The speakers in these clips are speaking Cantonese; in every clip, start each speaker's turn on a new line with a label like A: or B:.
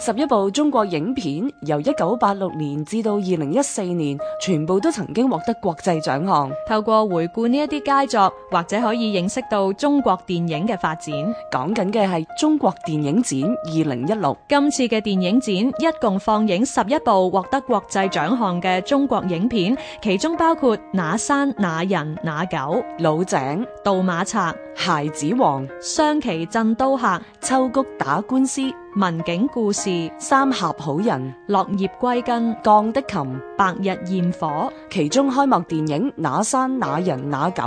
A: 十一部中國影片由一九八六年至到二零一四年，全部都曾經獲得國際獎項。
B: 透過回顧呢一啲佳作，或者可以認識到中國電影嘅發展。
A: 講緊嘅係中國電影展二零一六。
B: 今次嘅電影展一共放映十一部獲得國際獎項嘅中國影片，其中包括《那山那人那狗》、《
A: 老井、
B: 盜馬賊》、
A: 孩子王、
B: 《雙旗鎮刀客》、《
A: 秋菊打官司、
B: 民警故事》、《
A: 三峽好人、
B: 落葉歸根》、《
A: 鋼的琴。
B: 白日焰火》。
A: 其中開幕電影《那山那人那狗》，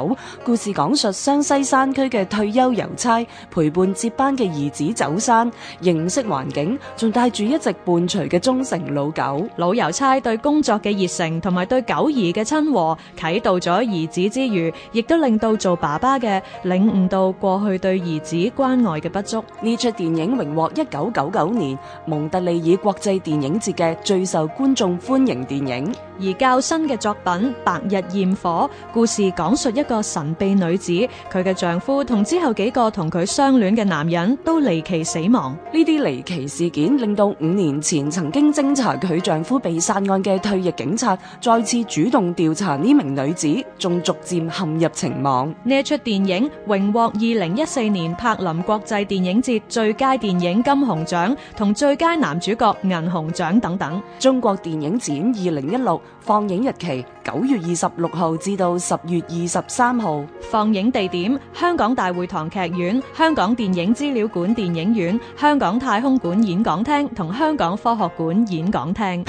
A: 故事講述湘西山區嘅退休郵差陪伴接班嘅兒子走山，認識環境，仲帶住一直伴隨嘅忠誠老狗。
B: 老郵差對工作嘅熱誠同埋對狗兒嘅親和，啟導咗兒子之餘，亦都令到做爸爸嘅領悟到過去對兒子關愛嘅不足。
A: 呢出電影榮獲一九九九年蒙特利爾國際電影節嘅最受觀眾歡迎電影。
B: 而較新嘅作品《白日焰火》，故事講述一個神秘女子，佢嘅丈夫同之後幾個同佢相戀嘅男人都離奇死亡。
A: 呢啲離奇事件令到五年前曾經偵查佢丈夫被殺案嘅退役警察再次主動調查呢名女子，仲逐漸陷入情網。
B: 呢一出電影榮獲二零一四年柏林國際電影節最佳電影金熊獎同最佳男主角銀熊獎等等。
A: 中國電影展二零一六放映日期九月二十六號至到十月二十三號，
B: 放映地點：香港大會堂劇院、香港電影資料館電影院、香港太空館演講廳同香港科學館演講廳。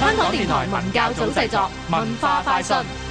C: 香港電台文教組製作，文化快訊。